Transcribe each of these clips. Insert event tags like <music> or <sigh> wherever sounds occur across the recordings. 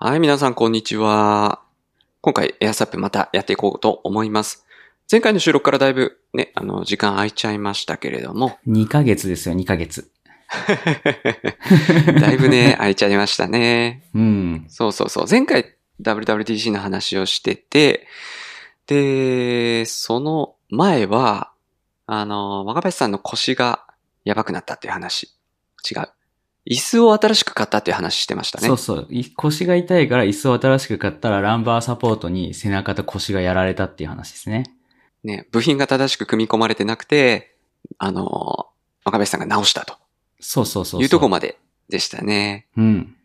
はい、皆さん、こんにちは。今回、エアサップまたやっていこうと思います。前回の収録からだいぶね、あの、時間空いちゃいましたけれども、 2ヶ月ですよ、2ヶ月。だいぶね、空いちゃいましたね。うん。そうそうそう。前回 WWDC の話をしてて、で、その前は、あの、若林さんの腰がやばくなったっていう話。違う。椅子を新しく買ったっていう話してましたね。そうそう。い腰が痛いから椅子を新しく買ったらランバーサポートに背中と腰がやられたっていう話ですね。ね、部品が正しく組み込まれてなくて、あの、若林さんが直したとそうそうそうそう。いうとこも。まででしたね。うん。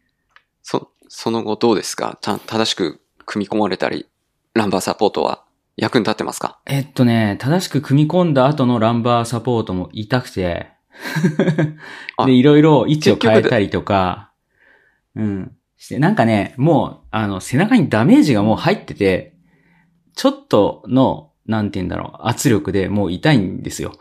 そ、その後どうですかた正しく組み込まれたり、ランバーサポートは役に立ってますかえっとね、正しく組み込んだ後のランバーサポートも痛くて <laughs> あで、いろいろ位置を結局変えたりとか、うん。して、なんかね、もう、あの、背中にダメージがもう入ってて、ちょっとの、なんて言うんだろう、圧力でもう痛いんですよ。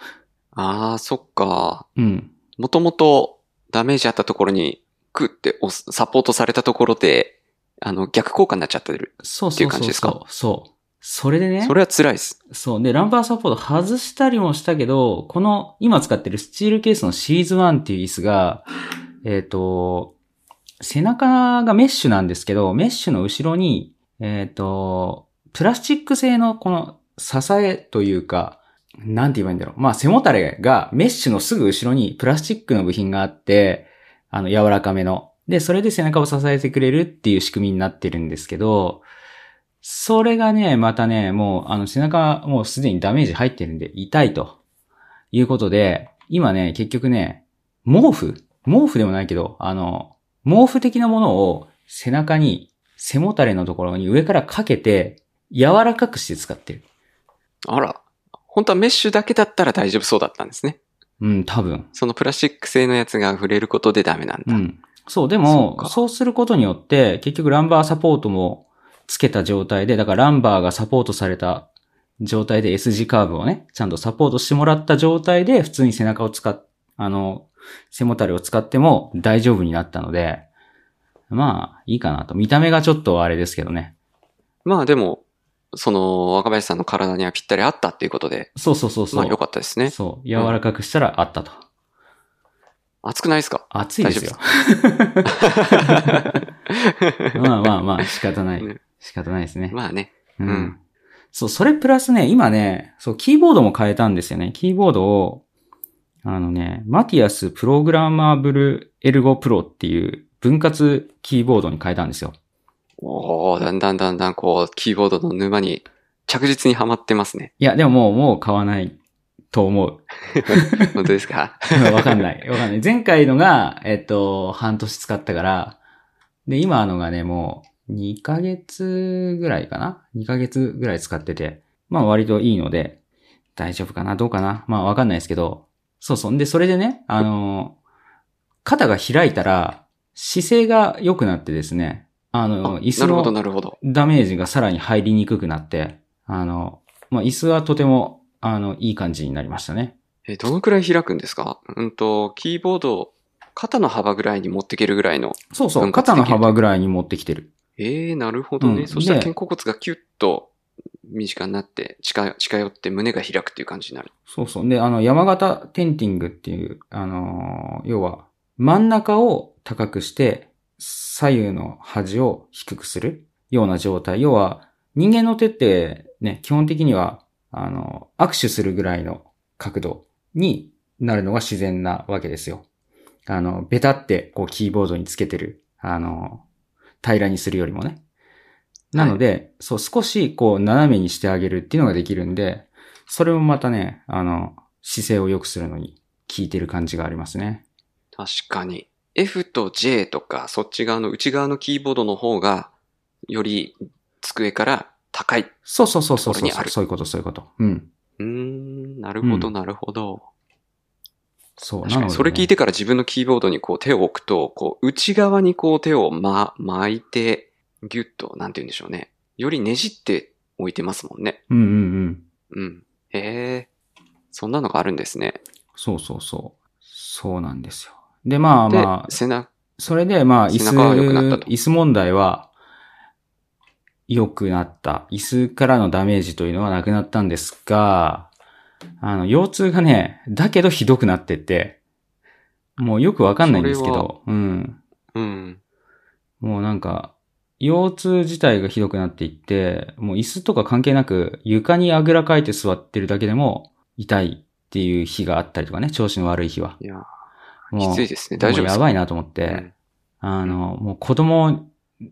ああ、そっか。うん。もともとダメージあったところに、クって押すサポートされたところで、あの、逆効果になっちゃってる。そうっていそうう感そうじですかそう。そう。それでね、それは辛いです。そう。で、ランバーサポート外したりもしたけど、この今使ってるスチールケースのシーズ1っていう椅子が、えっ、と、背中がメッシュなんですけど、メッシュの後ろに、えっ、と、プラスチック製のこの支えというか、なんて言えばいいんだろう。まあ、背もたれがメッシュのすぐ後ろにプラスチックの部品があって、あの、柔らかめの。で、それで背中を支えてくれるっていう仕組みになってるんですけど、それがね、またね、もう、あの、背中、もうすでにダメージ入ってるんで、痛いと。いうことで、今ね、結局ね、毛布毛布でもないけど、あの、毛布的なものを背中に、背もたれのところに上からかけて、柔らかくして使ってる。あら。本当はメッシュだけだったら大丈夫そうだったんですね。うん、多分。そのプラスチック製のやつが触れることでダメなんうだ。ん。そう、でそうかも、そうすることによって、結局ランバーサポートもつけた状態で、だからランバーがサポートされた状態で S 字カーブをね、ちゃんとサポートしてもらった状態で、普通に背中を使っ、あの、背もたれを使っても大丈夫になったので、まあ、いいかなと。見た目がちょっとあれですけどね。まあでも、その若林さんの体にはぴったり合ったっていうことで、そうそうそうそう。まあ良かったですね。そう。柔らかくしたらあったと。熱くないですか暑いですよ。ままあまあまあ、仕 <laughs> 方ないね。仕方ないですね。 <laughs> まあね。ううんん。そう、それプラスね、今ね、そう、キーボードも変えたんですよね。キーボードを、あのね、マティアスプログラマブルエルゴプロっていう分割キーボードに変えたんですよ。おおだんだんだんだんこう、キーボードの沼に着実にはまってます <laughs> ね。いや、でももう、もう買わないと思う。本当ですか <laughs> わかんない。わかんない。前回のが、えっと、半年使ったから、で、今のがね、もう、2ヶ月ぐらいかな ?2 ヶ月ぐらい使ってて、まあ割といいので、大丈夫かなどうかなまあわかんないですけど、そうそう。んで、それでね、あの、肩が開いたら、姿勢が良くなってですね、ああの、椅な子るほど、のなるほど。ダメージがさらに入りにくくなって、あの、まあ椅子はとても、あの、いい感じになりましたね。え、どのくらい開くんですかうんと、キーボードを肩の幅ぐらいに持っていけるぐらいの。そうそ分う、割で肩きるの幅ぐらいに持ってきてる。ええなるほどね。うんそしたらで肩甲骨がキュッと身近になって、近近寄って胸が開くっていう感じになる。そうそう。で、あの、山形テンティングっていう、あのー要は、真ん中を高くして、左右の端を低くするような状態。要は、人間の手って、ね、基本的には、あの、握手するぐらいの角度になるのが自然なわけですよ。あの、ベタって、こう、キーボードにつけてる、あの、平らにするよりもね。なので、そう、少し、こう、斜めにしてあげるっていうのができるんで、それもまたね、あの、姿勢を良くするのに効いてる感じがありますね。確かに。F と J とか、そっち側の内側のキーボードの方が、より机から高い。うそうそうそうそうとそこうろにあるそういうこと、そういうこと。うん。ーん、なるほど、うんなるほど。そう、確かなのに。で、それ聞いてから自分のキーボードにこう手を置くと、こう内側にこう手をま、巻いて、ギュッと、なんて言うんでしょうね。よりねじって置いてますもんね。うんうんうん。うん。へえ。そんなのがあるんですね。そうそうそう。そうなんですよ。で、まあでまあ、背中、それでまあ、背椅中は良くなったと子、椅子問題は、良くなった。椅子からのダメージというのはなくなったんですが、あの、腰痛がね、だけどひどくなってって、もうよくわかんないんですけそど、うん。うん。もうなんか、腰痛自体がひどくなっていって、もう椅子とか関係なく床にあぐらかいて座ってるだけでも痛いっていう日があったりとかね、調子の悪い日は。いや、もうきついですね。大丈夫でもうすやかばいなと思って、うんあの、もう子供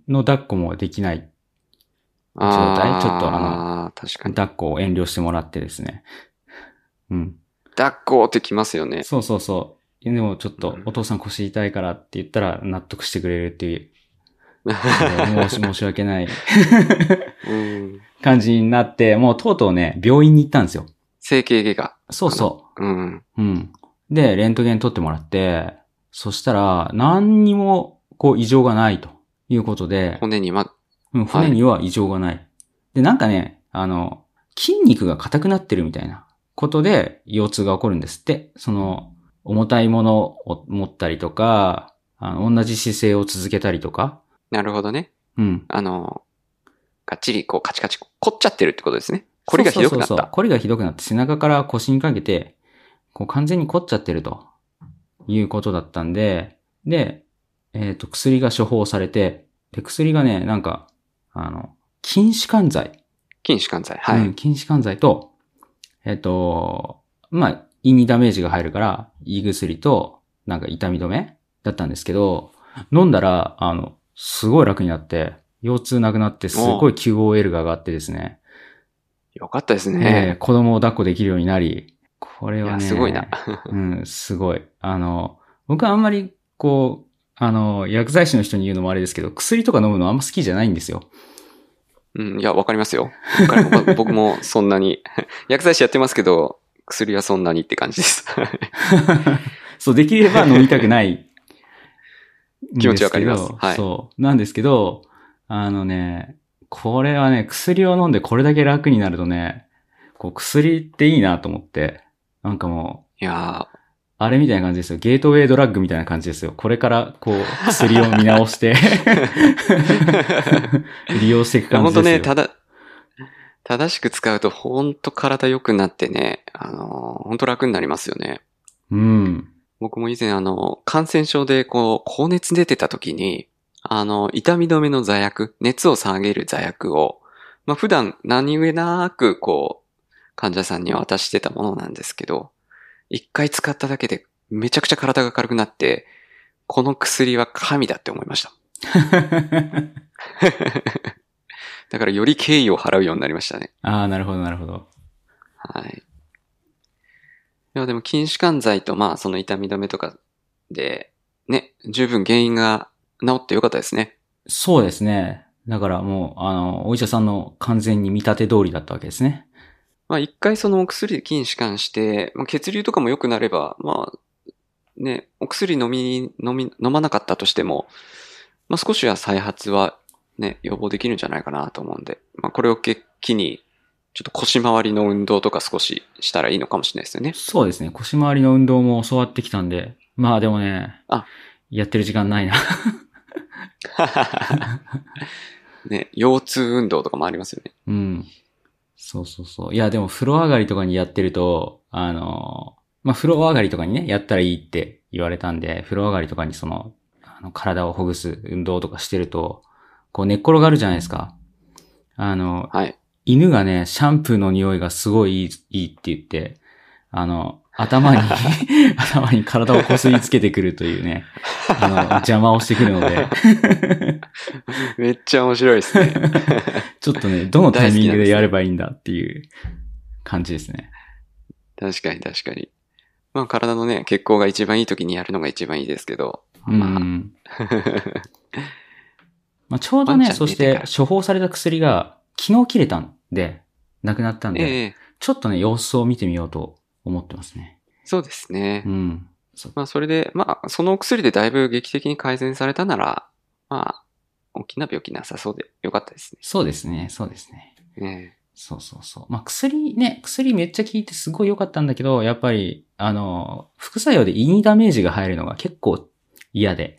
の抱っこもできない、あーちょっとあ確かに。抱っこを遠慮してもらってですね。うん。抱っこってきますよね。そうそうそう。でもちょっと、お父さん腰痛いからって言ったら納得してくれるっ <laughs> ていう、もう申し訳ないうん。感じになって、もうとうとうね、病院に行ったんですよ。整形外科。そうそうん。う。うん。で、レントゲン撮ってもらって、そしたら、何にも、こう、異常がないということで、骨にま、うん、はい骨には異常がない。で、なんかね、あの、筋肉が硬くなってるみたいなことで腰痛が起こるんですって。その、重たいものを持ったりとか、あの同じ姿勢を続けたりとか。なるほどね。うん。あの、がっちりこうカチカチ凝っちゃってるってことですね。これがひどくなった。そうそうそうこれがひどくなって、背中から腰にかけて、こう完全に凝っちゃってるということだったんで、で、えっ、と、薬が処方されて、で、薬がね、なんか、あの、筋弛緩剤。筋弛緩剤。はい。うん、筋弛緩剤と、えっ、と、まあ、胃にダメージが入るから、胃薬と、なんか痛み止めだったんですけど、飲んだら、あの、すごい楽になって、腰痛なくなって、すごい QOL が上がってですね、よかったですえーね。子供を抱っこできるようになり、これいはや、ね、すごいな。うん、すごい。あの、僕はあんまり、こう、あの、薬剤師の人に言うのもあれですけど、薬とか飲むのあんま好きじゃないんですよ。うん。いや、わかりますよ。わかるぼ僕もそんなに。 <laughs> 薬剤師やってますけど、薬はそんなにって感じです。 <laughs> そう、できれば飲みたくない。気持ちわかりますんでけどはいそう。なんですけど、あのね、これはね、薬を飲んでこれだけ楽になるとね、こう薬っていいなと思って、なんかもいう、やあれみたいな感じですよ。ゲートウェイドラッグみたいな感じですよ。これから、こう、薬を見 <laughs> 直して、利用していくー、感本じで当すね、たよ。だ、正しく使うと本当体良くなってね、あのー、本当楽になりますよね。うん。 <laughs> 僕も以前あの、感染症でこう、高熱出てた時に、あの、痛み止めの座薬、熱を下げる座薬を、まあ普段何気なくこう、患者さんに渡してたものなんですけど、一回使っただけでめちゃくちゃ体が軽くなって、この薬は神だって思いました。だからより敬意を払うようになりましたね。ああ、なるほど、なるほど。はい。いや、でも、筋弛緩剤と、まあ、その痛み止めとかで、ね、十分原因が治ってよかったですね。そうですね。だからもう、あの、お医者さんの完全に見立て通りだったわけですね。まあ、一回そのお薬で筋弛緩して、まあ、血流とかも良くなれば、まあ、ね、お薬飲み、飲み、飲まなかったとしても、まあ、少しは再発はね、予防できるんじゃないかなと思うんで、まあ、これを機に、ちょっと腰回りの運動とか少ししたらいいのかもしれないですよ <laughs> ね。そうですね。腰回りの運動も教わってきたんで。まあでもね。あやってる時間ないな。ね、腰痛運動とかもありますよね。うん。そうそうそう。いや、でも風呂上がりとかにやってると、あの、まあ風呂上がりとかにね、やったらいいって言われたんで、風呂上がりとかにその、あの体をほぐす運動とかしてると、こう寝っ転がるじゃないですか。あの、はい。犬がね、シャンプーの匂いがすごいいいいいって言って、あの、頭 <laughs> に、頭に体をこすりつけてくるというね、あの、邪魔をしてくるので、めっちゃ面白いですね。ちょっとね、どのタイミングでやればいいんだっていう感じですね。 <laughs> 確かに確かに。まあ体のね、血行が一番いい時にやるのが一番いいですけど。うまあ、ん。まあ、ちょうどね、ワンちゃんそし出ててから処方された薬が昨日切れたんで、なくなったんで、 <laughs> ええちょっとね、様子を見てみようと思ってますね。そうですね。うん。そうまあそれで、まあそのお薬でだいぶ劇的に改善されたなら、まあ、大きな病気なさそうでよかったですそうですね、そうですね。ね。えそうそうそう。まあ、薬ね、薬めっちゃ効いてすごい良かったんだけど、やっぱり、あの、副作用で胃にダメージが入るのが結構嫌で、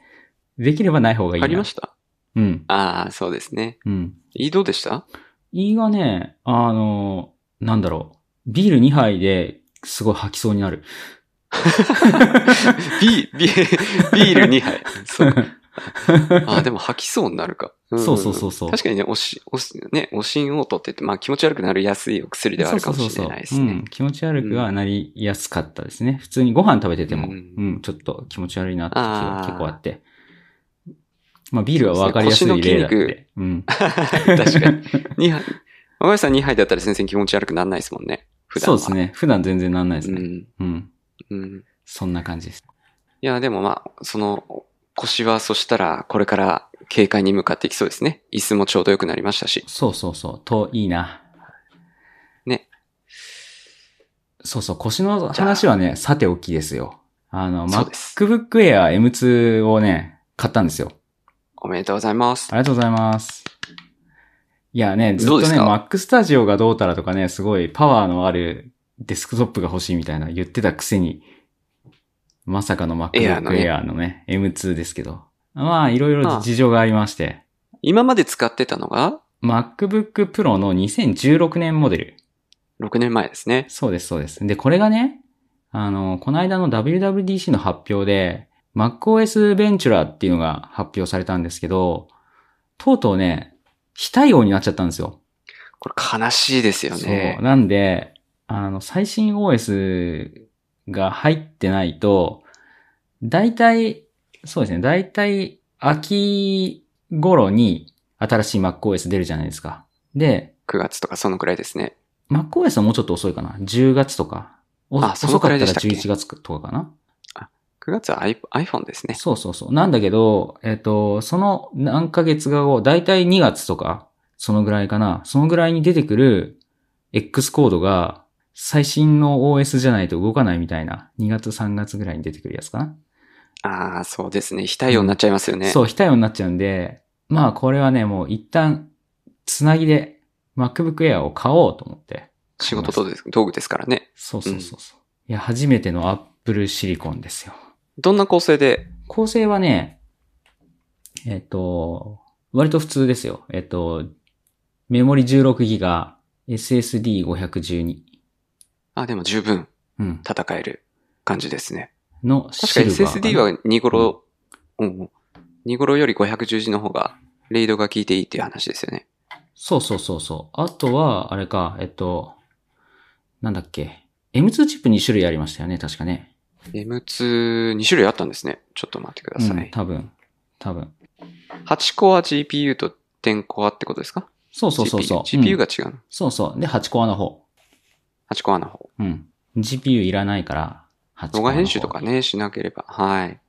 できればない方がえいいな。ありましたうん。ああ、そうですね。うん。いいどうで <laughs> した胃がね、あの、なんだろう。ビール2杯ですごい吐きそうになる。ビー、ビー、ビール2杯。 <laughs> そう。あ、でも吐きそうになるか。んそうそうそうそう確かにね、おし、おし、ね、おしんおうとって言って、まあ気持ち悪くなる安いお薬ではあるかもしれないですそうそうそうそううんね。気持ち悪くはなりやすかったですね。普通にご飯食べてても、ううんん、ちょっと気持ち悪いなって気あがー結構あって。まあビールはわかりやすい例だっ腰の筋て。うん。 <laughs> 確か <laughs> に。2杯。若林さん2杯だったら全然気持ち悪くならないですもんね。普段そうは。ですね。普段全然なんないですね。うん。うん。うん。そんな感じです。いや、でもまあ、その、腰はそしたら、これから警戒に向かっていきそうですね。椅子もちょうど良くなりましたし。そうそうそう。と、いいな。ね。そうそう。腰の話はね、さておきですよ。あの、そうです MacBook Air M2 をね、買ったんですよ。おめでとうございます。ありがとうございます。いやね、ずっどうとですね、か Mac Studio がどうたらとかね、すごいパワーのあるデスクトップが欲しいみたいな言ってたくせに、まさかの Air MacBook のね Air のね、M2 ですけど。まあ、いろいろ事情がありまして、今まで使ってたのが、 MacBook Pro の2016年モデル。 6年前ですね。そうです、そうです。で、これがね、あの、この間の WWDC の発表で、MacOS Ventura っていうのが発表されたんですけど、とうとうね、非対応になっちゃったんですよ。これ悲しいですよねそう。。なんで、あの、最新 OS が入ってないと、大体、そうですね、大体、秋頃に新しい MacOS 出るじゃないですか。で、 9月とかそのくらいですね。 MacOS はもうちょっと遅いかな。10月とか。おあその遅くからっいたでらしたっけ11月とかかな。 9月は iP- iPhone ですね。そうそうそう。なんだけど、えっ、と、その何ヶ月か後、だいたい2月とか、そのぐらいかな。そのぐらいに出てくる X コードが、最新の OS じゃないと動かないみたいな、2月3月ぐらいに出てくるやつかな。ああ、そうですね。非対応になっちゃいますよね。そう、非対応になっちゃうんで、まあこれはね、もう一旦、つなぎで MacBook Air を買おうと思って。仕事道具です道具ですからね。そうそうそうそう。いや、初めての Apple シリコンですよ。どんな構成で、構成はね、えっ、と、割と普通ですよ。えっ、と、メモリ 16GB、SSD512、あ、でも十分うん、戦える感じですね。の確かシルバーかな。 SSD は2頃、うん、2頃より 510G の方が、レイドが効いていいっていう話ですよね。そうそうそうそう。あとは、あれか、えっ、と、なんだっけ。M2 チップ2種類ありましたよね、確かね。 M22 種類あったんですね。ちょっと待ってくださういん、。多分。多分。 8コア GPU と10コアってことですかそうそうそうそう。 GPU, う GPU んが違うの。そうそう。で、8コアの方。 8コアの方。うん。GPU いらないから、8コアの方。動画編集とかね、しなければ。はい。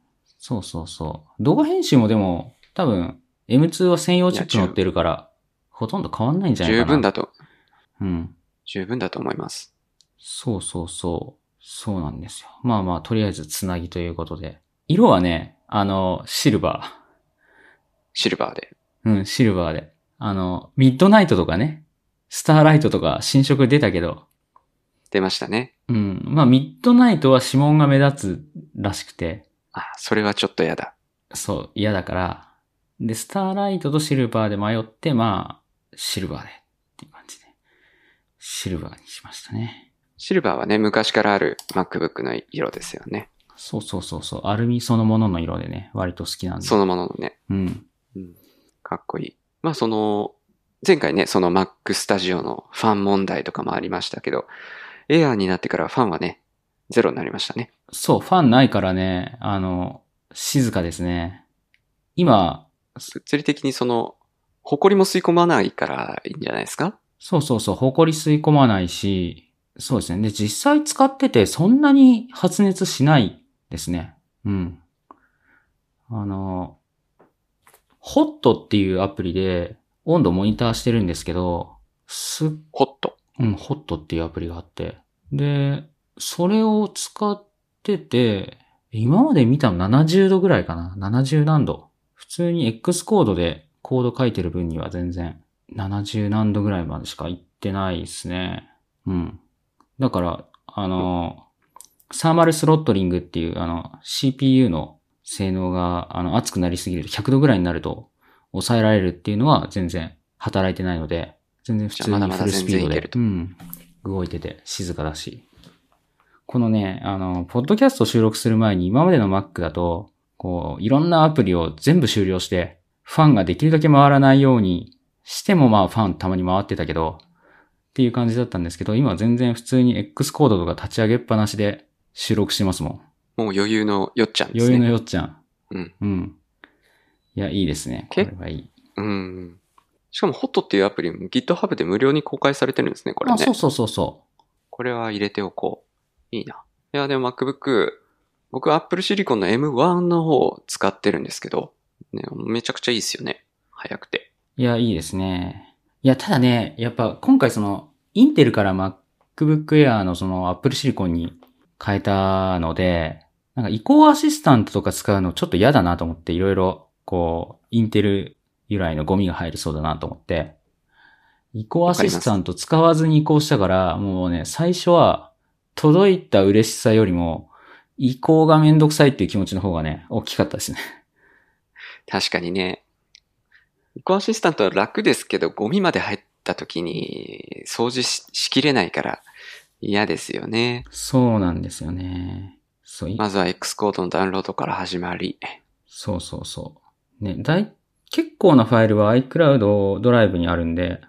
そうそうそう。動画編集もでも、多分、M2 は専用チップ乗ってるから、ほとんど変わんないんじゃないか十な。分。だと、うん。十分だと思います。そうそうそう。そうなんですよ。まあまあ、とりあえずつなぎということで。色はね、あの、シルバシルバーで。ー。うん、シルバーで。あの、ミッドナイトとかね、スターライトとか新色出たけど、出ましたね。うん。まあ、ミッドナイトは指紋が目立つらしくて、あ、それはちょっと嫌だ。そう、嫌だから、で、スターライトとシルバーで迷って、まあ、シルバーでっていう感じで、シルバーにしましたね。シルバーはね、昔からある MacBook の色ですよね。そうそうそうそう、アルミそのものの色でね、割と好きなんで。そのもののね。うん。かっこいい。まあその、前回ね、その Mac Studio のファン問題とかもありましたけど、エアーになってからファンはね、ゼロになりましたね。そう、ファンないからね、あの、静かですね。今、物理的にその、埃も吸い込まないからいいんじゃないですかそうそうそう、埃吸い込まないし、そうですね。で、実際使っててそんなに発熱しないですね。うん。あの、ホットっていうアプリで温度モニターしてるんですけど、すっ、ホット。うん、ホットっていうアプリがあって。で、それを使ってて、今まで見たの70度ぐらいかな。70何度。普通に X コードでコード書いてる分には全然70何度ぐらいまでしか行ってないですね。うん。だから、あの、サーマルスロットリングっていう、あの、CPU の性能が、あの、熱くなりすぎると100度ぐらいになると抑えられるっていうのは全然働いてないので、全然普通じゃあまだにまだフルスピード全然いけでる、とうん、動いてて静かだし。このね、あの、ポッドキャスト収録する前に今までの Mac だと、こう、いろんなアプリを全部終了して、ファンができるだけ回らないようにしてもまあファンたまに回ってたけど、っていう感じだったんですけど、今は全然普通に X コードとか立ち上げっぱなしで収録してますもん。もう余裕のよっちゃんです余ね。裕のよっちゃん。うん。うん。いや、いいですね。これ結はいい。うん。しかも HOT っていうアプリも GitHub で無料に公開されてるんですね、これあ、ねそう。そうそうそこれは入れておこう。いいな。いや、でも MacBook、僕は Apple Silicon の M1 の方を使ってるんですけど、ね、めちゃくちゃいいですよね。早くて。う。いや、いいですね。いや、ただね、やっぱ今回その、インテルから MacBook Air のその Apple Silicon に変えたので、なんか移行アシスタントとか使うのちょっと嫌だなと思って、いろいろ、こう、インテル由来のゴミが入りそうだなと思って、移行アシスタント使わずに移行したから、もうね、最初は届いた嬉しさよりも、移行がめんどくさいっていう気持ちの方がね、大きかったですね。確かにね。エコアシスタントは楽ですけど、ゴミまで入った時に掃除ししきれないから嫌ですよね。そうなんですよね。そう、いまずは X コードのダウンロードから始まり。そうそうそう。ね、だい、結構なファイルは iCloud ドライブにあるんで、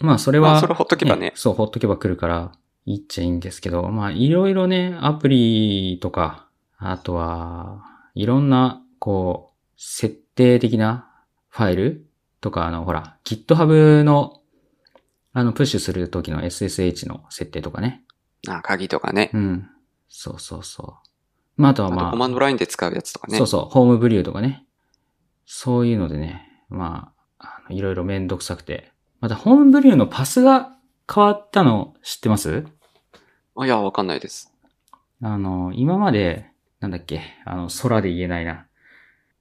まあそれは、まあ、それほっとけばね。そう、ほっとけば来るから、いいっちゃいいんですけど、まあいろいろね、アプリとか、あとは、いろんな、こう、設定的なファイルとか、あの、ほら、GitHub の、あの、プッシュする時の SSH の設定とかね。あ、鍵とかね。うん。そうそうそう。まああとはあまとあ、コマンドラインで使うやつとかね。そうそう、ホームブリューとかね。そういうのでね、まあ、あのいろいろめんどくさくて。また、ホームブリューのパスが変わったの知ってますあ、いや、わかんないです。あの、今まで、なんだっけ、あの、空で言えないな。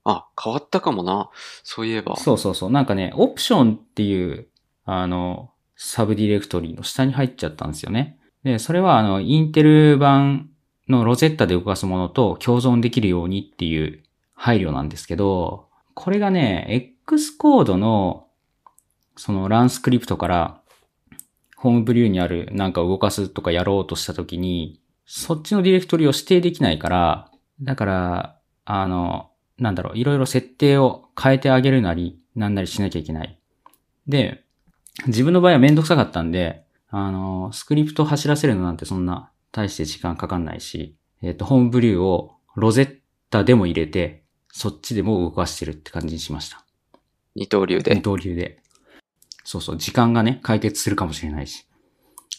あ、変わったかもな。そういえば。そうそうそう、なんかね、オプションっていう、あの、サブディレクトリの下に入っちゃったんですよね。で、それは、あの、インテル版のロゼッタで動かすものと共存できるようにっていう配慮なんですけど、これがね、X コードの、そのランスクリプトから、ホームブリューにあるなんか動かすとかやろうとしたときに、そっちのディレクトリを指定できないから、だから、あの、なんだろう、いろいろ設定を変えてあげるなり、なんなりしなきゃいけない。で、自分の場合はめんどくさかったんで、あの、スクリプト走らせるのなんてそんな大して時間かかんないし、えっ、と、ホームブリューをロゼッタでも入れて、そっちでも動かしてるって感じにしました。二刀流二で。刀流で。そうそう、時間がね、解決するかもしれないし、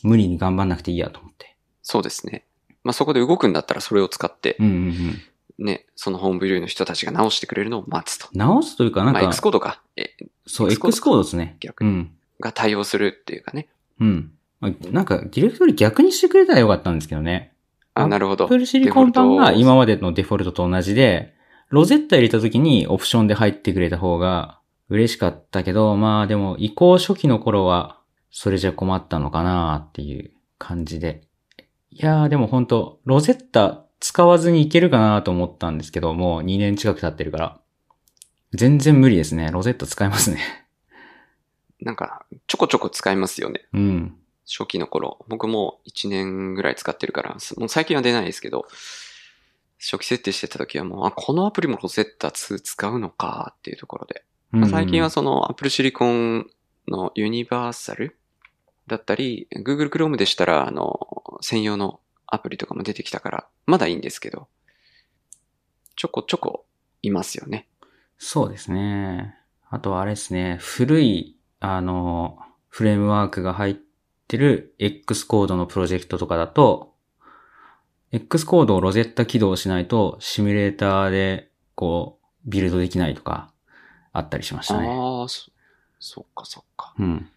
無理に頑張んなくていいやと思って。そうですね。まあ、そこで動くんだったらそれを使ってう、んうんうん。ね、そのホームブリューの人たちが直してくれるのを待つと。直すというか、なんまあ、か、 X コードか。え、そう、 X コード X コードですね。逆うにん。が対応するっていうかね。うん。まあなんか、ディレクトリ逆にしてくれたらよかったんですけどね。あ、なるほど。 Apple Silicon 版がデフォルトを今までのデフォルトと同じで、ロゼッタ入れた時にオプションで入ってくれた方が嬉しかったけど、まあでも移行初期の頃は、それじゃ困ったのかなっていう感じで。いやーでも本当ロゼッタ使わずにいけるかなと思ったんですけど、もう2年近く経ってるから。全然無理ですね。ロゼッタ使えますね。なんか、ちょこちょこ使いますよね。うん。初期の頃。僕も1年ぐらい使ってるから、すもう最近は出ないですけど、初期設定してた時はもう、あ、このアプリもロゼッタ2使うのかっていうところで。うんまあうん最近はその Apple Silicon のユニバーサルだったり、Google Chrome でしたら、あの、専用のアプリとかも出てきたから、まだいいんですけど、ちょこちょこいますよね。そうですね。あとはあれですね、古い、あの、フレームワークが入ってる X コードのプロジェクトとかだと、X コードをロゼッタ起動しないと、シミュレーターで、こう、ビルドできないとか、あったりしましたね。ああ、そ、そっかそっか。うん。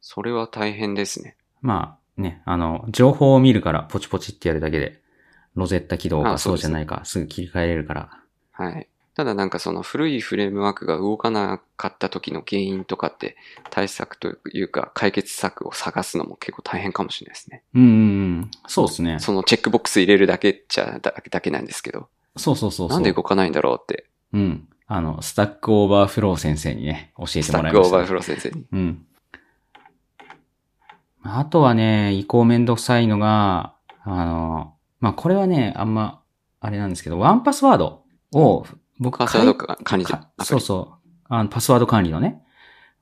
それは大変ですね。まあ、ね、あの、情報を見るから、ポチポチってやるだけで、ロゼッタ起動あかそそううですじゃないか、すぐ切り替えれるから。はい。ただなんかその古いフレームワークが動かなかった時の原因とかって対策というか解決策を探すのも結構大変かもしれないですね。うんうんうん。そうですね。そのチェックボックス入れるだけっちゃだだけなんですけど。そうそうそうそう。なんで動かないんだろうって。うん。あの、スタックオーバーフロー先生にね、教えてスタもらッいクまオしーた。バーフロー先生に。うん。あとはね、移行めんどくさいのが、あの、まあ、これはね、あんま、あれなんですけど、ワンパスワードを、僕、パスワードか管理かアプそうリそう。あの、パスワード管理のね。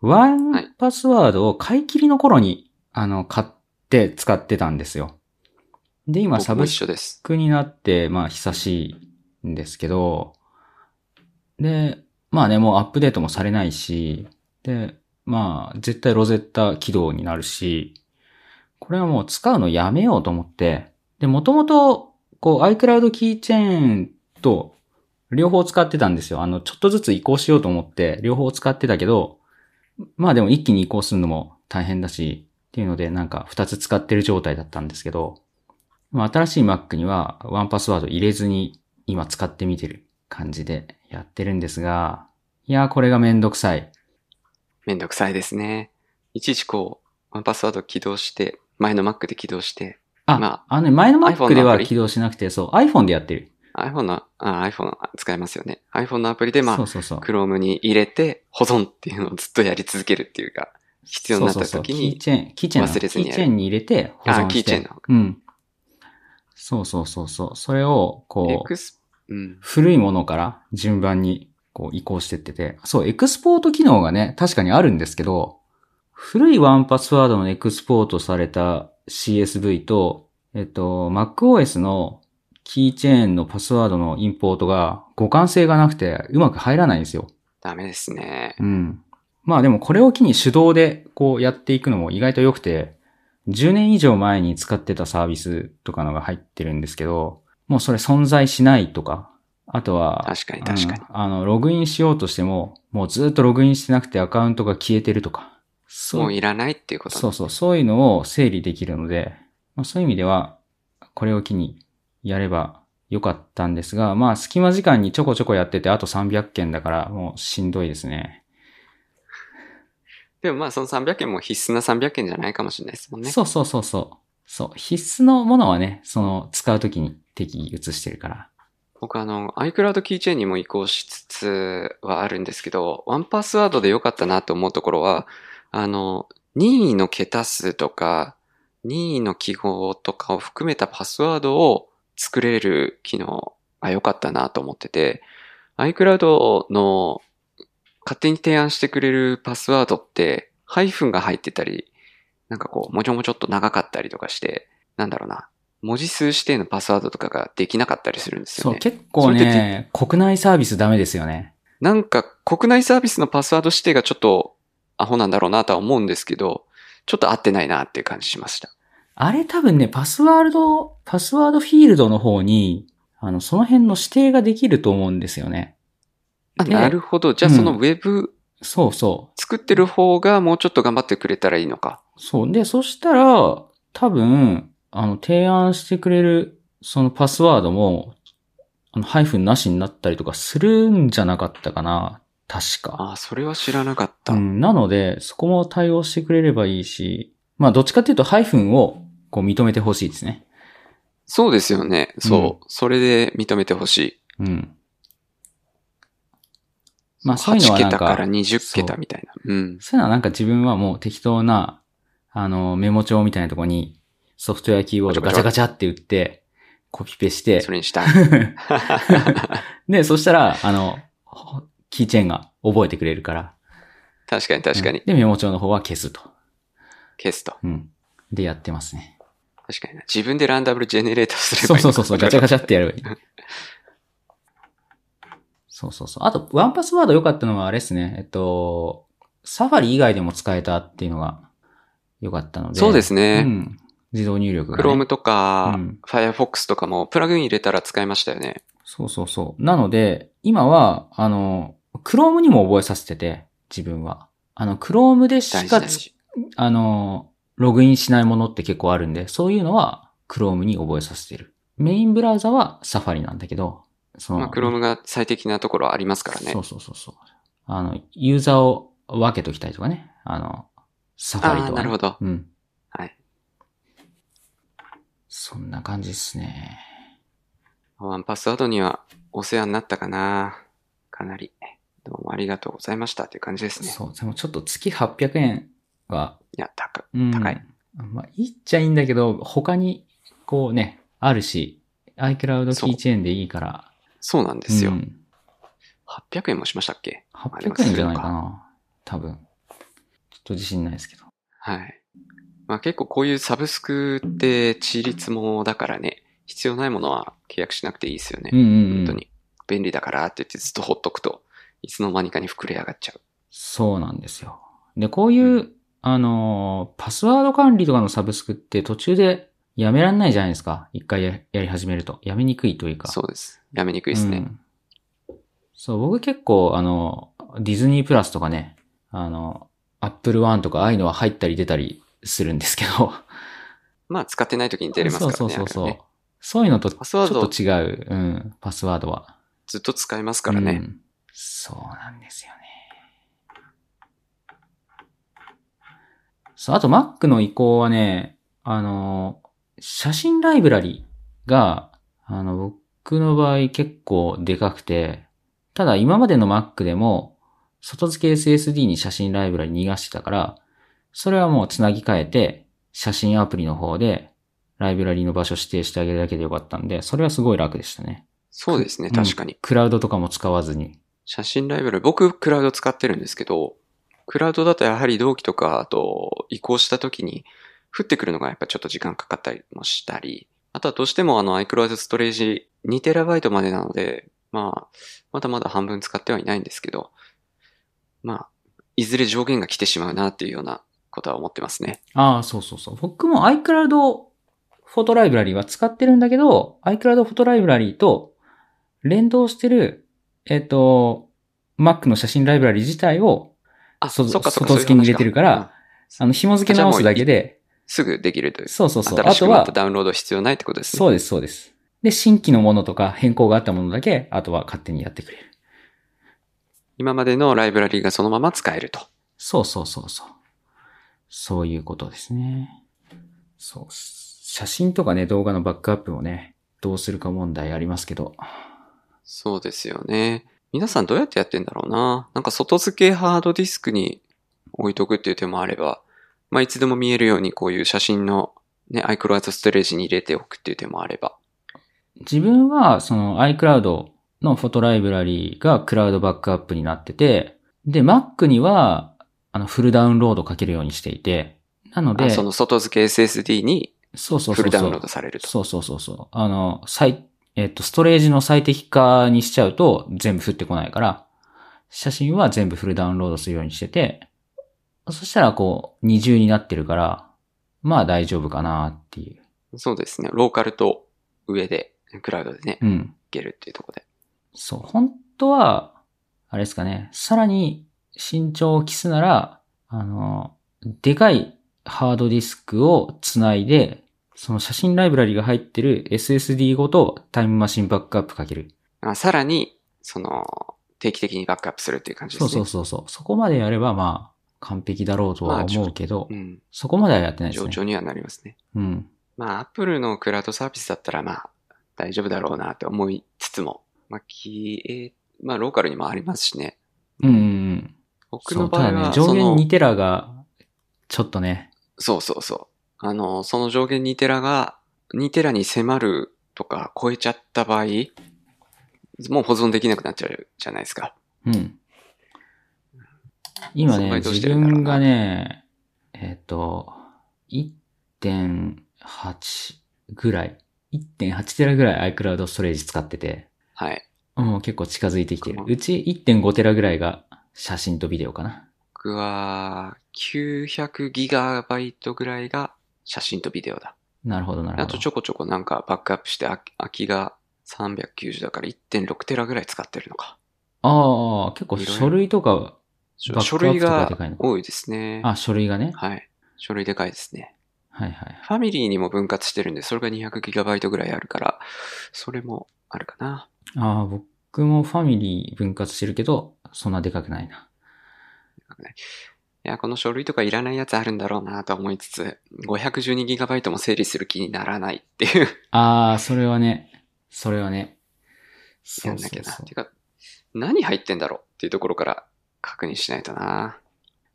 ワンパスワードを買い切りの頃に、あの、買って使ってたんですよ。で、今、サ僕もブ一ス緒です。クになって、まあ、久しいんですけど、で、まあね、もうアップデートもされないし、で、まあ、絶対ロゼッタ起動になるし、これはもう使うのやめようと思って、で、もともと、こう、iCloud キーチェーンと、両方使ってたんですよ。あの、ちょっとずつ移行しようと思って、両方使ってたけど、まあでも一気に移行するのも大変だし、っていうので、なんか二つ使ってる状態だったんですけど、まあ新しい Mac にはワンパスワード入れずに今使ってみてる感じでやってるんですが、いやーこれがめんどくさい。めんどくさいですね。いちいちこう、ワンパスワード起動して、前の Mac で起動して、あ、まあのね、前の Mac iPhone でのアはプリ起動しなくて、そう、iPhone でやってる。 iPhone の、あ、iPhone 使いますよね。iPhone のアプリで、まあそう、そうそう。 Chrome に入れて、保存っていうのをずっとやり続けるっていうか、必要になった時にそうそうそうキーチェーン、キーチェーンの、忘れずにやキるーチェーンに入れて保存して。あキーチェーンのうん。そうそうそうそう。それを、エこうク、ス、うん。古いものから順番にこう移行してってて、そう、エクスポート機能がね、確かにあるんですけど、古いワンパスワードのエクスポートされた CSV と、えっと、MacOS のキーチェーンのパスワードのインポートが互換性がなくてうまく入らないんですよ。ダメですね。うん。まあでもこれを機に手動でこうやっていくのも意外と良くて、10年以上前に使ってたサービスとかのが入ってるんですけど、もうそれ存在しないとか、あとは、確かに確かにうん。あの、ログインしようとしても、もうずっとログインしてなくてアカウントが消えてるとか。そうもういらないっていうことねそうそう、そういうのを整理できるので、まあ、そういう意味では、これを機にやればよかったんですが、まあ、隙間時間にちょこちょこやってて、あと300件だから、もうしんどいですね。でもまあその300円も必須な300円じゃないかもしれないですもんね。そうそうそうそう。そう。必須のものはね、その、使うときに適宜移してるから。僕あの、iCloud キーチェーンにも移行しつつはあるんですけど、ワンパスワードで良かったなと思うところは、あの、任意の桁数とか、任意の記号とかを含めたパスワードを作れる機能が良かったなと思ってて、iCloud の勝手に提案してくれるパスワードって、ハイフンが入ってたり、なんかこう、もちょもちょっと長かったりとかして、なんだろうな、文字数指定のパスワードとかができなかったりするんですよそう、ね。結構それってね、国内サービスダメですよね。なんか国内サービスのパスワード指定がちょっとアホなんだろうなとは思うんですけど、ちょっと合ってないなっていう感じしました。あれ多分ね、パスワード、パスワードフィールドの方に、あの、その辺の指定ができると思うんですよね。あでなるほど。じゃあうんそのウェブそうそう。作ってる方がもうちょっと頑張ってくれたらいいのか。そう。で、そしたら、多分、あの、提案してくれる、そのパスワードも、あの、ハイフンなしになったりとかするんじゃなかったかな。確か。ああ、それは知らなかった。うん、なので、そこも対応してくれればいいし、まあ、どっちかっていうと、ハイフンを、こう、認めてほしいですね。そうですよね。そう。それで認めてほしい。うん。まあ、そういうの8はなん桁かか、ら20桁みたいな。うん。そういうのはなんか自分はもう適当な、あの、メモ帳みたいなとこに、ソフトウェアキーボードガチャガチャって打って、コピペしてそ、れに <laughs> したい。で、そしたら、あの、ほキーチェーンが覚えてくれるから。確かに確かにうん。で、メモ帳の方は消すと。消すと。うん。で、やってますね。確かにな。自分でランダブルジェネレートすればそいういそうそうそう、ガチャガチャ。チャってやればいい。そうそうそう。あと、ワンパスワード良かったのはあれですね。えっと、サファリ以外でも使えたっていうのが良かったので。そうですねうん。自動入力が、ね。 Chrome とか、うん Firefox とかもプラグイン入れたら使いましたよね。そうそうそう。なので、今は、あの、Chrome にも覚えさせてて、自分は。あの、Chrome でし大か事つ大事。あの、ログインしないものって結構あるんで、そういうのは Chrome に覚えさせてる。メインブラウザは Safari なんだけど、その、まあ、Chrome が最適なところはありますからねそ。うそうそうそう。あの、ユーザーを分けときたいとかね。あの、サファリあとはあ、ね、なるほど。うん。はい。そんな感じですね。ワンパスワードにはお世話になったかな。かなり。どうもありがとうございましたっていう感じですね。そう、でもちょっと月800円は、いや、高うん高い。まあ、いいっちゃいいんだけど、他に、こうね、あるし、iCloud そうキーチェーンでいいから。そうなんですよ。うん800円もしましたっけ800円じゃないかな。多分。ちょっと自信ないですけど。はい。まあ結構こういうサブスクって地立もだからね、必要ないものは契約しなくていいですよね。うんうん、う本ん。当。に。便利だからって言ってずっとほっとくと、いつの間にかに膨れ上がっちゃう。そうなんですよ。で、こういう、あのー、パスワード管理とかのサブスクって途中でやめらんないじゃないですか。一回ややり始めると。やめにくいというか。そうです。やめにくいですね。うんそう、僕結構、あの、ディズニープラスとかね、あの、アップルワンとかああいうのは入ったり出たりするんですけど。まあ使ってない時に出れますからね。そうそうそうそう、あれはねそういうのとちパスワょっードと違う、うん、パスワードは。ずっと使えますからね。うんそうなんですよね。そう、あと Mac の移行はね、あの、写真ライブラリが、あの、僕の場合結構でかくて、ただ今までの Mac でも、外付け SSD に写真ライブラリ逃がしてたから、それはもうつなぎ替えて、写真アプリの方で、ライブラリの場所指定してあげるだけでよかったんで、それはすごい楽でしたね。そうですね、うん確かに。クラウドとかも使わずに。写真ライブラリ、僕クラウド使ってるんですけど、クラウドだとやはり同期とか、あと移行した時に降ってくるのがやっぱちょっと時間かかったりもしたり、あとはどうしてもあの iCloud ストレージ 2TB までなので、まあ、まだまだ半分使ってはいないんですけど、まあ、いずれ上限が来てしまうなっていうようなことは思ってますね。ああ、そうそうそう。僕も iCloud フォトライブラリは使ってるんだけど、iCloud フォトライブラリと連動してる、えっ、と、Mac の写真ライブラリ自体を、あ、そそっかそっか。外付けに入れてるからそういう話か、うんあの、紐付け直すだけで、すぐできるという。そうそうそう。新あしくとまはた、ダウンロード必要ないってことですね。そうです、そうです。で、新規のものとか変更があったものだけ、あとは勝手にやってくれる。今までのライブラリがそのまま使えると。そうそうそうそう。そういうことですね。そう。写真とかね、動画のバックアップもね、どうするか問題ありますけど。そうですよね。皆さんどうやってやってんだろうな。なんか外付けハードディスクに置いとくっていう手もあれば、まあいつでも見えるようにこういう写真のね、iCloud ストレージに入れておくっていう手もあれば。自分は、その iCloud のフォトライブラリーがクラウドバックアップになってて、で、Mac には、あの、フルダウンロードかけるようにしていて、なのあで、その外付け SSD にそうそうそうフそう。ルダウンロードされると。そうそうそうそう。あの、最、えっと、ストレージの最適化にしちゃうと全部降ってこないから、写真は全部フルダウンロードするようにしてて、そしたらこう、二重になってるから、まあ大丈夫かなっていう。そうですね。ローカルと上で、クラウドでね、いうん。けるっていうところで。そう、本当は、あれですかね、さらに慎重を期すなら、あの、でかいハードディスクをつないで、その写真ライブラリが入ってる SSD ごとタイムマシンバックアップかける。あさらに、その、定期的にバックアップするっていう感じですそうね。そうそうそう。そこまでやればまあ、完璧だろうとは思うけど、うん。そこまではやってないです上ね。長にはなりますね。うん。まあ、Apple のクラウドサービスだったら、まあ、大丈夫だろうなって思いつつも、まあ、きえーまあ、ローカルにもありますしね。うんうんうん。僕そのう、場ただ合ねは、、上そ限の、 2テラが、ちょっとね、そうそうそう。あの、その上限2テラが、2テラに迫るとか超えちゃった場合、もう保存できなくなっちゃうじゃないですか。うん。今その場ね、合どうし自てるんだろうな分がね、えっ、と、1.8ぐらい、1.8テラぐらい iCloud ストレージ使ってて、はい。もう結構近づいてきてるう。んうち1.5テラぐらいが写真とビデオかな。僕は、900ギガバイトぐらいが写真とビデオだ。なるほど、なるほど。あとちょこちょこなんかバックアップして、あ空きが390だから1.6テラぐらい使ってるのか。ああ、結構いろいろ書類とか、書バックアップ書類とかがでかいの多いですね。あ、書類がね。はい。書類でかいですね。はいはい。ファミリーにも分割してるんで、それが 200GB ぐらいあるから、それもあるかな。ああ、僕もファミリー分割してるけど、そんなでかくないな。いや、この書類とかいらないやつあるんだろうなと思いつつ、512GB も整理する気にならないっていう、ああ、それはね、それはね。やんなきゃな。そうそうそうてか、何入ってんだろうっていうところから確認しないとな。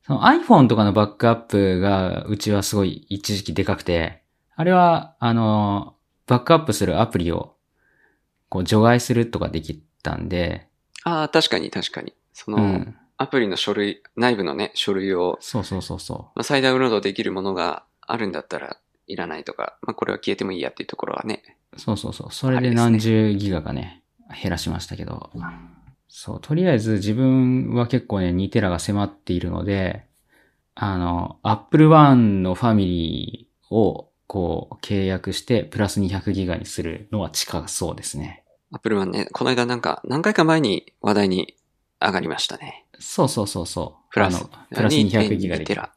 その iPhone とかのバックアップが、うちはすごい一時期でかくて、あれは、あの、バックアップするアプリを、こう、除外するとかできたんで、ああ、確かに確かに。そうの、ん。アプリの書類、内部のね、書類を、そうそうそうそまあ、再ダウンロードできるものがあるんだったらいらないとか、まあ、これは消えてもいいやっていうところはね。う。そうそうそう。それあれでですね何十ギガかね、減らしましたけど。そう、とりあえず自分は結構ね、2テラが迫っているので、あの、Apple One のファミリーを、こう、契約して、プラス200ギガにするのは近そうですね。アップルマンね、この間なんか、何回か前に話題に上がりましたね。そうそうそうそう。プラスあの、プラス200ギガで2.2テラ。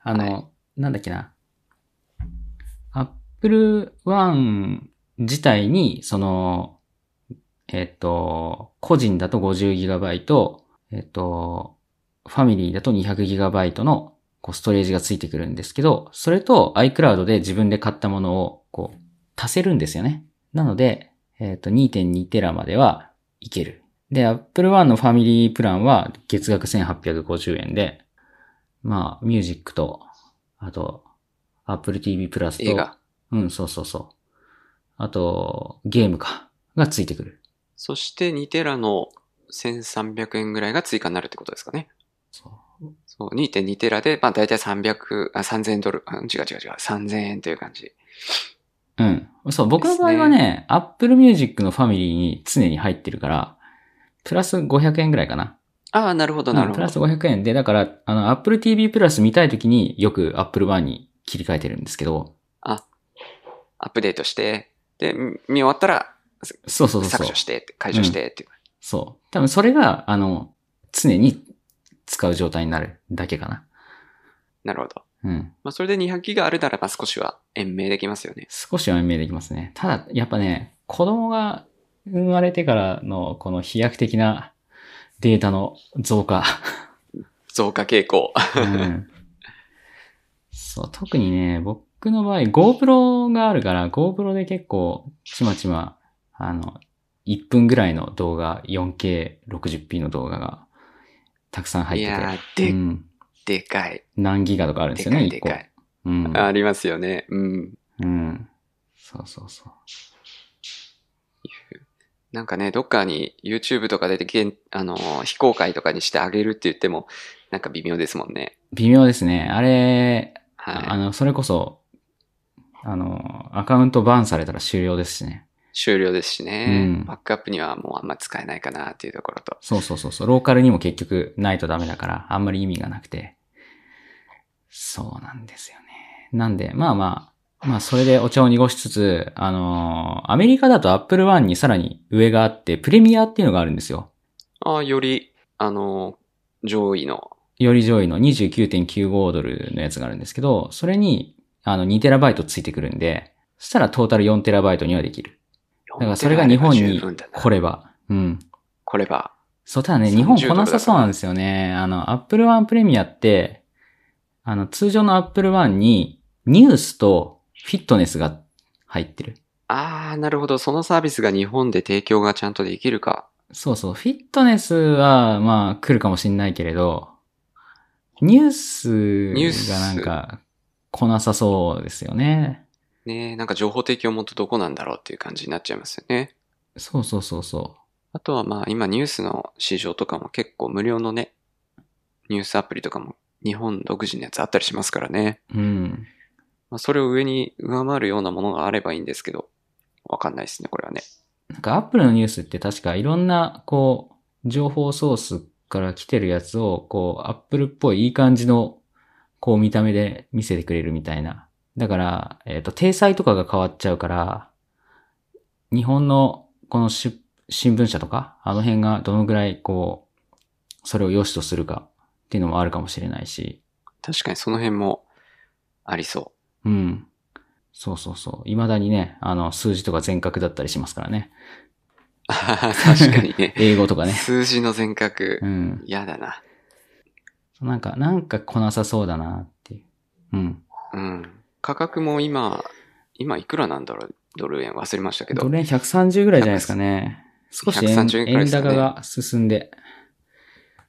あの、はなんだっけな。Apple One 自体に、その、えっ、と、個人だと 50GB、えっ、と、ファミリーだと 200GB のこうストレージがついてくるんですけど、それと iCloud で自分で買ったものをこう足せるんですよね。なので、えっ、と、2.2テラまではいける。で、Apple One のファミリープランは月額1850円で、まあ、ミュージックと、あと、Apple TV プラスと、映画。うん、そうそうそう。あと、ゲームか。がついてくる。そして2テラの1300円ぐらいが追加になるってことですかね。そう。そう、2.2テラで、まあ大体300、あ、3000ドル、あ違う違う違う、3000円という感じ。うん。そう、僕の場合はね、Apple Music のファミリーに常に入ってるから、プラス500円ぐらいかな。ああ、なるほど、なうんるプほラスど。 500円で、だから、あの、Apple TV プラス見たいときによく Apple One に切り替えてるんですけど、アップデートして、で、見見終わったら、そうそうそう削そう除。してって、解除してっていう。そう。多分それが、あの、常に使う状態になるだけかな。なるほど。うん。まあ、それで200ギガあるならば少しは延命できますよね。少しは明できますね。ただ、やっぱね、子供が生まれてからのこの飛躍的なデータの増加。増加傾向。うん、そう、特にね、僕の場合 GoPro があるから、GoPro で結構ちまちま、あの、1分ぐらいの動画、4K60p の動画がたくさん入いってて。やうー、ん、で、でかい。何ギガとかあるんでですよかね、い、 1で個か。い。うん。ありますよね。うん。うん。そうそうそう。なんかね、どっかに YouTube とか出て、けんあのー、非公開とかにしてあげるって言っても、なんか微妙ですもんね。微妙ですね。あれ、あはい。の、それこそ、あの、アカウントバーンされたら終了ですしね。終了ですしね、うんバックアップにはもうあんま使えないかなっていうところと。そうそうそうそう。ローカルにも結局ないとダメだから、あんまり意味がなくて。そうなんですよね。なんで、まあまあ、まあそれでお茶を濁しつつ、あのアメリカだと Apple One にさらに上があって、プレミアっていうのがあるんですよ。ああ、より、あのー、上位の、より上位の29.95ドルのやつがあるんですけど、それに、あの 2TB ついてくるんで、そしたらトータル 4TB にはできる。だからそれが日本に来これ、れば。うん。これば。そう、ただね、 30日本来なさそうなんですよね。あの、Apple One プレミアって、あの、通常の Apple One に、ニュースとフィットネスが入ってる。ああ、なるほど。そのサービスが日本で提供がちゃんとできるか。そうそう、フィットネスは、まあ、来るかもしんないけれど、ニューニューススがなんか、来なさそうですよね。ねえ、なんか情報提供元どこなんだろうっていう感じになっちゃいますよね。そうそうそうそあとはまあ今ニュースの市場とかも結構無料のね、ニュースアプリとかも日本独自のやつあったりしますからね。う。うん。まあそれを上に上回るようなものがあればいいんですけど、わかんないですね、これはね。なんか Apple のニュースって確かいろんな、こう、情報ソースから来てるやつを、こう、Apple っぽいいい感じの、こう、見た目で見せてくれるみたいな。だから、えっ、と、体裁とかが変わっちゃうから、日本の、このし新聞社とか、あの辺がどのぐらい、こう、それを良しとするかっていうのもあるかもしれないし、確かにその辺もありそうん。そうそうそう。未だにね、あの、数字とか全角だったりしますからね。う。 <laughs> 確かにね。英語とか <laughs> ね。数字の全角う、ん。嫌だな。なんか、なんか来なさそうだなっていう。うん。うん。価格も今、今いくらなんだろう、ドル円忘れましたけドど。ル円130ぐらいじゃないですかね。少し円130円くらい円ですかね高が進んで。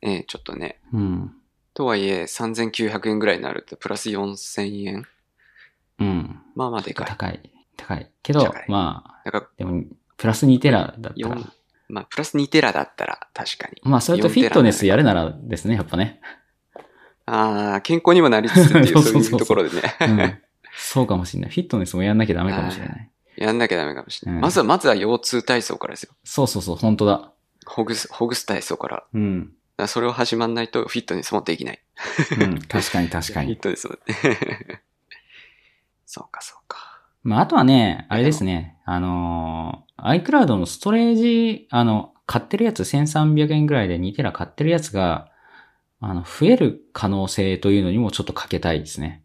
ええちょっとね。うん。とはいえ、3900円ぐらいになると、プラス4000円。うん。まあまあでかい。高い。高い。けど高い、まあ、だから、でも、プラス2テラだったら4。、まあ、プラス2テラだったら、確かに。まあ、それと4フィットネスやるならですね、やっぱね。ああ、健康にもなりつつって <laughs> いう、そうそそうういそううところでうね。 <laughs> んそうかもしれない。フィットネスもやんなきゃダメかもしれない。 <laughs> やんなきゃダメかもしれなうい。んまずは、まずは腰痛体操からですよ。そうそうそう、本当だ。ほぐす、ほぐす体操から。だかうん。らそれを始まんないと、フィットネスもできない。うん、確かに確か <laughs> フィッに。トネスも。そうか、そうか。まあ、あとはね、あれですね。あのー iCloud のストレージ、あの、買ってるやつ、1300円ぐらいで2テラ買ってるやつが、あの、増える可能性というのにもちょっとかけたいですね。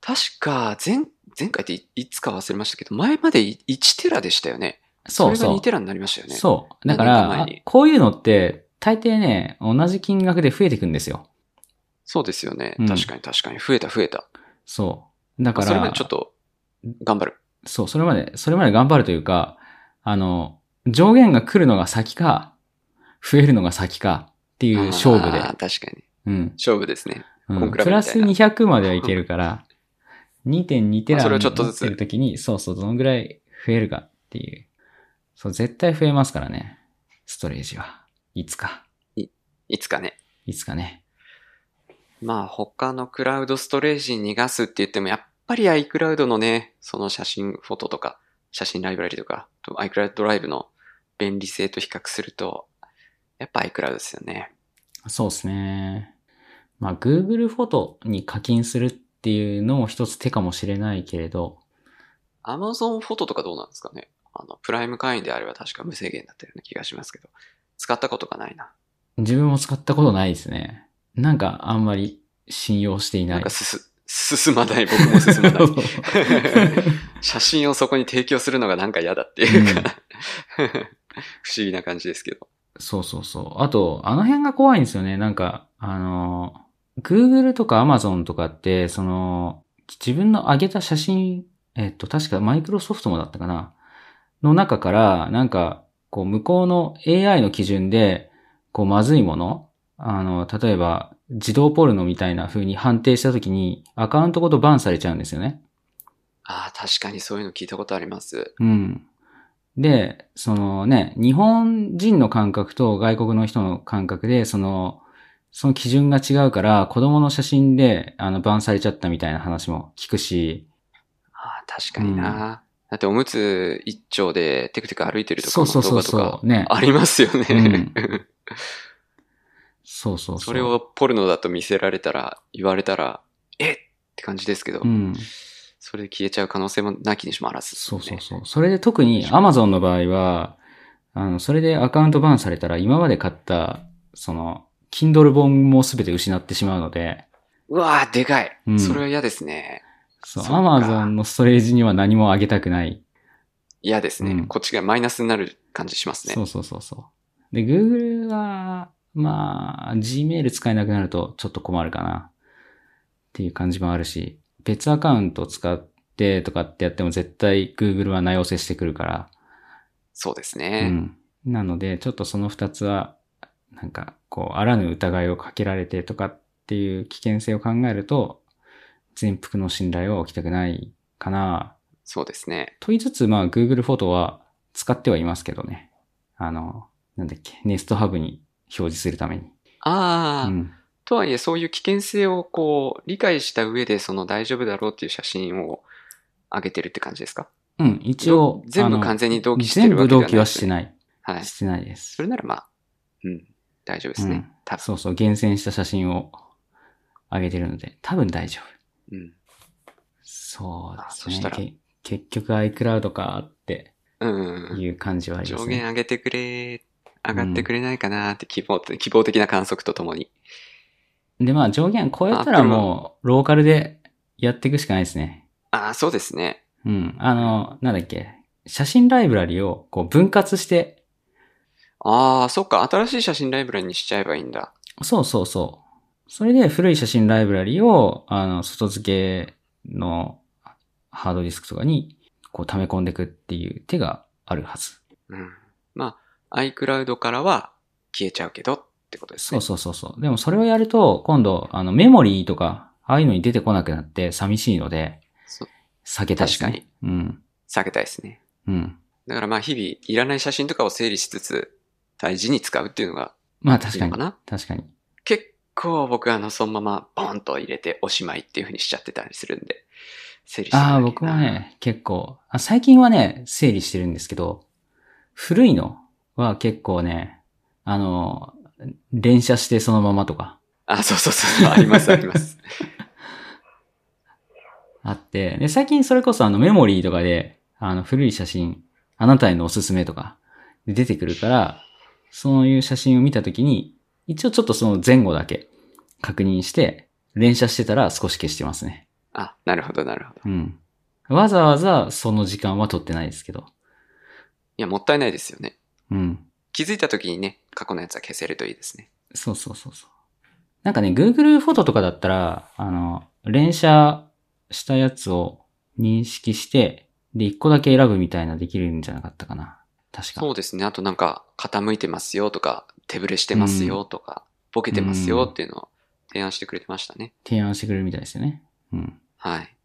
確か、前、前回っていいつか忘れましたけど、前までい1テラでしたよね。そうそう。それが2テラになりましたよね。そう。だか、何年から前にあこういうのって、大抵ね、同じ金額で増えていくんですよ。そうですよね。うん確かに確かに。増えた増えた。そう。だまかあら、それまでちょっと、頑張る。そう、それまで、それまで頑張るというか、あの、上限が来るのが先か、増えるのが先かっていう勝負で。あー確かに。うん。勝負ですね。うんコンクラプベみたいなラス200まではいけるから、2.2テラそれをにちょっとなずっつてる時に、そうそう、どのぐらい増えるかっていう。そう、絶対増えますからね。ストレージは。いつか。いつかね。いつかね。まあ他のクラウドストレージに逃がすって言っても、やっぱり iCloud のね、その写真フォトとか、写真ライブラリとか、と iCloud ドライブの便利性と比較すると、やっぱ iCloud ですよね。そうですね。まあ、Google フォトに課金するっていうのも一つ手かもしれないけれど、 Amazon フォトとかどうなんですかねあの、プライム会員であれば確か無制限だったような気がしますけど、使ったことがないな。自分も使ったことないですね。なんかあんまり信用していない。なんかすす、進まない、僕も進ま <laughs> ない。そう写真をそこに提供するのがなんか嫌だっていうか、<laughs> うん不思議な感じですけど。そうそうそう。あと、あの辺が怖いんですよね。なんか、あの、Google とか Amazon とかって、その、自分の上げた写真、えっと、確かマイクロソフトもだったかなの中から、なんか、こう、向こうの AI の基準で、こう、まずいものあの、例えば、自動ポルノみたいな風に判定した時に、アカウントごとバンされちゃうんですよね。ああ、確かにそういうの聞いたことあります。うん。で、そのね、日本人の感覚と外国の人の感覚で、その、その基準が違うから、子供の写真で、あの、バンされちゃったみたいな話も聞くし、ああ、確かにな。だっておむつ一丁でテクテク歩いてるとかそうのそう動そう画とそかう、ね。ありますよ <laughs> ね。そうそうそう。それを、ポルノだと見せられたら、言われたら、えっって感じですけど、うん。それで消えちゃう可能性もなきにしもあらずですそね、うそうそう。それで特に Amazon の場合は、あの、それでアカウントバンされたら、今まで買った、その、Kindle 本も全て失ってしまうので、うわあ、でかい、うんそれは嫌ですね。そう、そっか Amazon のストレージには何もあげたくない嫌ですね、うんこっちがマイナスになる感じしますね。そうそうそうそう。で、Google は、まあ、Gmail 使えなくなるとちょっと困るかな。っていう感じもあるし、別アカウント使ってとかってやっても絶対 Google は名寄せしてくるから。そうですうね。ん。なので、ちょっとその二つは、なんか、こう、あらぬ疑いをかけられてとかっていう危険性を考えると、全幅の信頼は起きたくないかなそうですね。と言いつつ、まあ、Google フォトは使ってはいますけどね。あの、なんだっけ、ネストハブに表示するために。ああ、うん。とはいえ、そういう危険性をこう、理解した上で、その大丈夫だろうっていう写真を上げてるって感じですかうん、一応。全あ部の完全に同期してるわけでは全部ない、同期はしてない。はい。してないです。それならまあ、うん、大丈夫ですうねん。多分。そうそう、厳選した写真を上げてるので、多分大丈夫。うん。そうあですそね。したらけ結局 iCloud かってうんうんうん。いう感じはありま上す限ね。上げてくれ、上がってくれないかなって希望,、希望的な観測とともに。で、まあ上限超えたあら Apple もう、ローカルでやっていくしかないですね。ああ、そうですね。うん。あの、なんだっけ。写真ライブラリをこう分割して、ああ、そっか。新しい写真ライブラリにしちゃえばいいんだ。そうそうそう。それで古い写真ライブラリを、あの、外付けのハードディスクとかに、こう溜め込んでいくっていう手があるはず。うん。まあ、 iCloud からは消えちゃうけどってことですそうね。そうそうそう。でもそれをやると、今度、あの、メモリーとか、ああいうのに出てこなくなって寂しいのでそう、避けたい、確かに。うん。避けたいですね。うん。だからまあ日々いらない写真とかを整理しつつ大事に使うっていうのがまあい確いかのにか。な。確かに。結構僕あのそのままボンと入れておしまいっていう風にしちゃってたりするんで、整理してああ、僕も。ね、結構あ、最近はね、整理してるんですけど、古いのは結構ね、あの、連写してそのままとかあ、そうそうそう、ありますあります。 <laughs> あって、で、最近それこそあのメモリーとかで、あの古い写真、あなたへのおすすめとかで出てくるから、そういう写真を見たときに、一応ちょっとその前後だけ確認して、連写してたら少し消してますね。あ、なるほどなるほど。いうん。わざわざその時間は取ってないですけど。や、もったいないですよね。うん。気づいた時にね、過去のやつは消せるといいですね。そうそうそうそう。なんかね、Google フォトとかだったら、あの、連写したやつを認識して、で、一個だけ選ぶみたいなできるんじゃなかったかな。確か。そうですね。あとなんか、傾いてますよとか、手ぶれしてますよとか、ボケてますよっていうのを提案してくれてましたね。提案してくれるみたいですよね。うん。はい。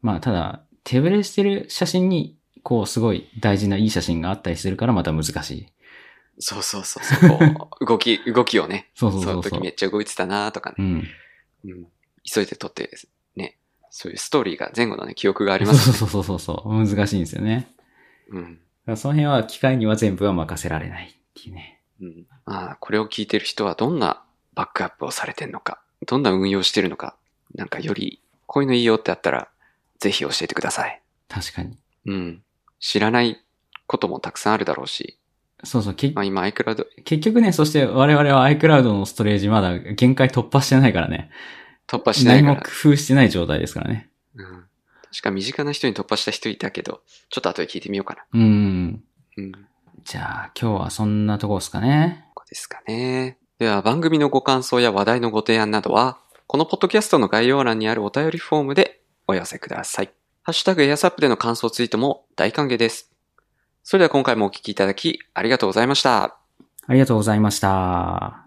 まあ、ただ、手ぶれしてる写真に、こう、すごい大事ないい写真があったりするから、また難しい。そうそうそうそう。こう動き、 <laughs> 動きをね、そうそうそそうのそう時め。っちゃ動いてたなとかねう、ん。うん急いで撮って、ね、そういうストーリーが前後のね、記憶があありますね。そうそうそうそう。難しいんですよね。うん。だからその辺は機械には全部は任せられないっていうね。うん。まあ、これを聞いてる人はどんなバックアップをされてるのか、どんな運用してるのか、なんかより、こういうのいいよってあったら、ぜひ教えてください。確かに。うん。知らないこともたくさんあるだろうし、そうそう。結まあ今 iCloud 結局ね、そして我々は iCloud のストレージまだ限界突破してないからね。突破しないか何もら工、夫してない状態ですからね。うん。確か身近な人に突破した人いたけど、ちょっと後で聞いてみようかな。うん。うん。じゃあ今日はそんなとこですかね。ここですかね。では番組のご感想や話題のご提案などは、このポッドキャストの概要欄にあるお便りフォームでお寄せください。ハッシュタグエアサップでの感想ツイートも大歓迎です。それでは今回もお聞きいただきありがとうございました。ありがとうございました。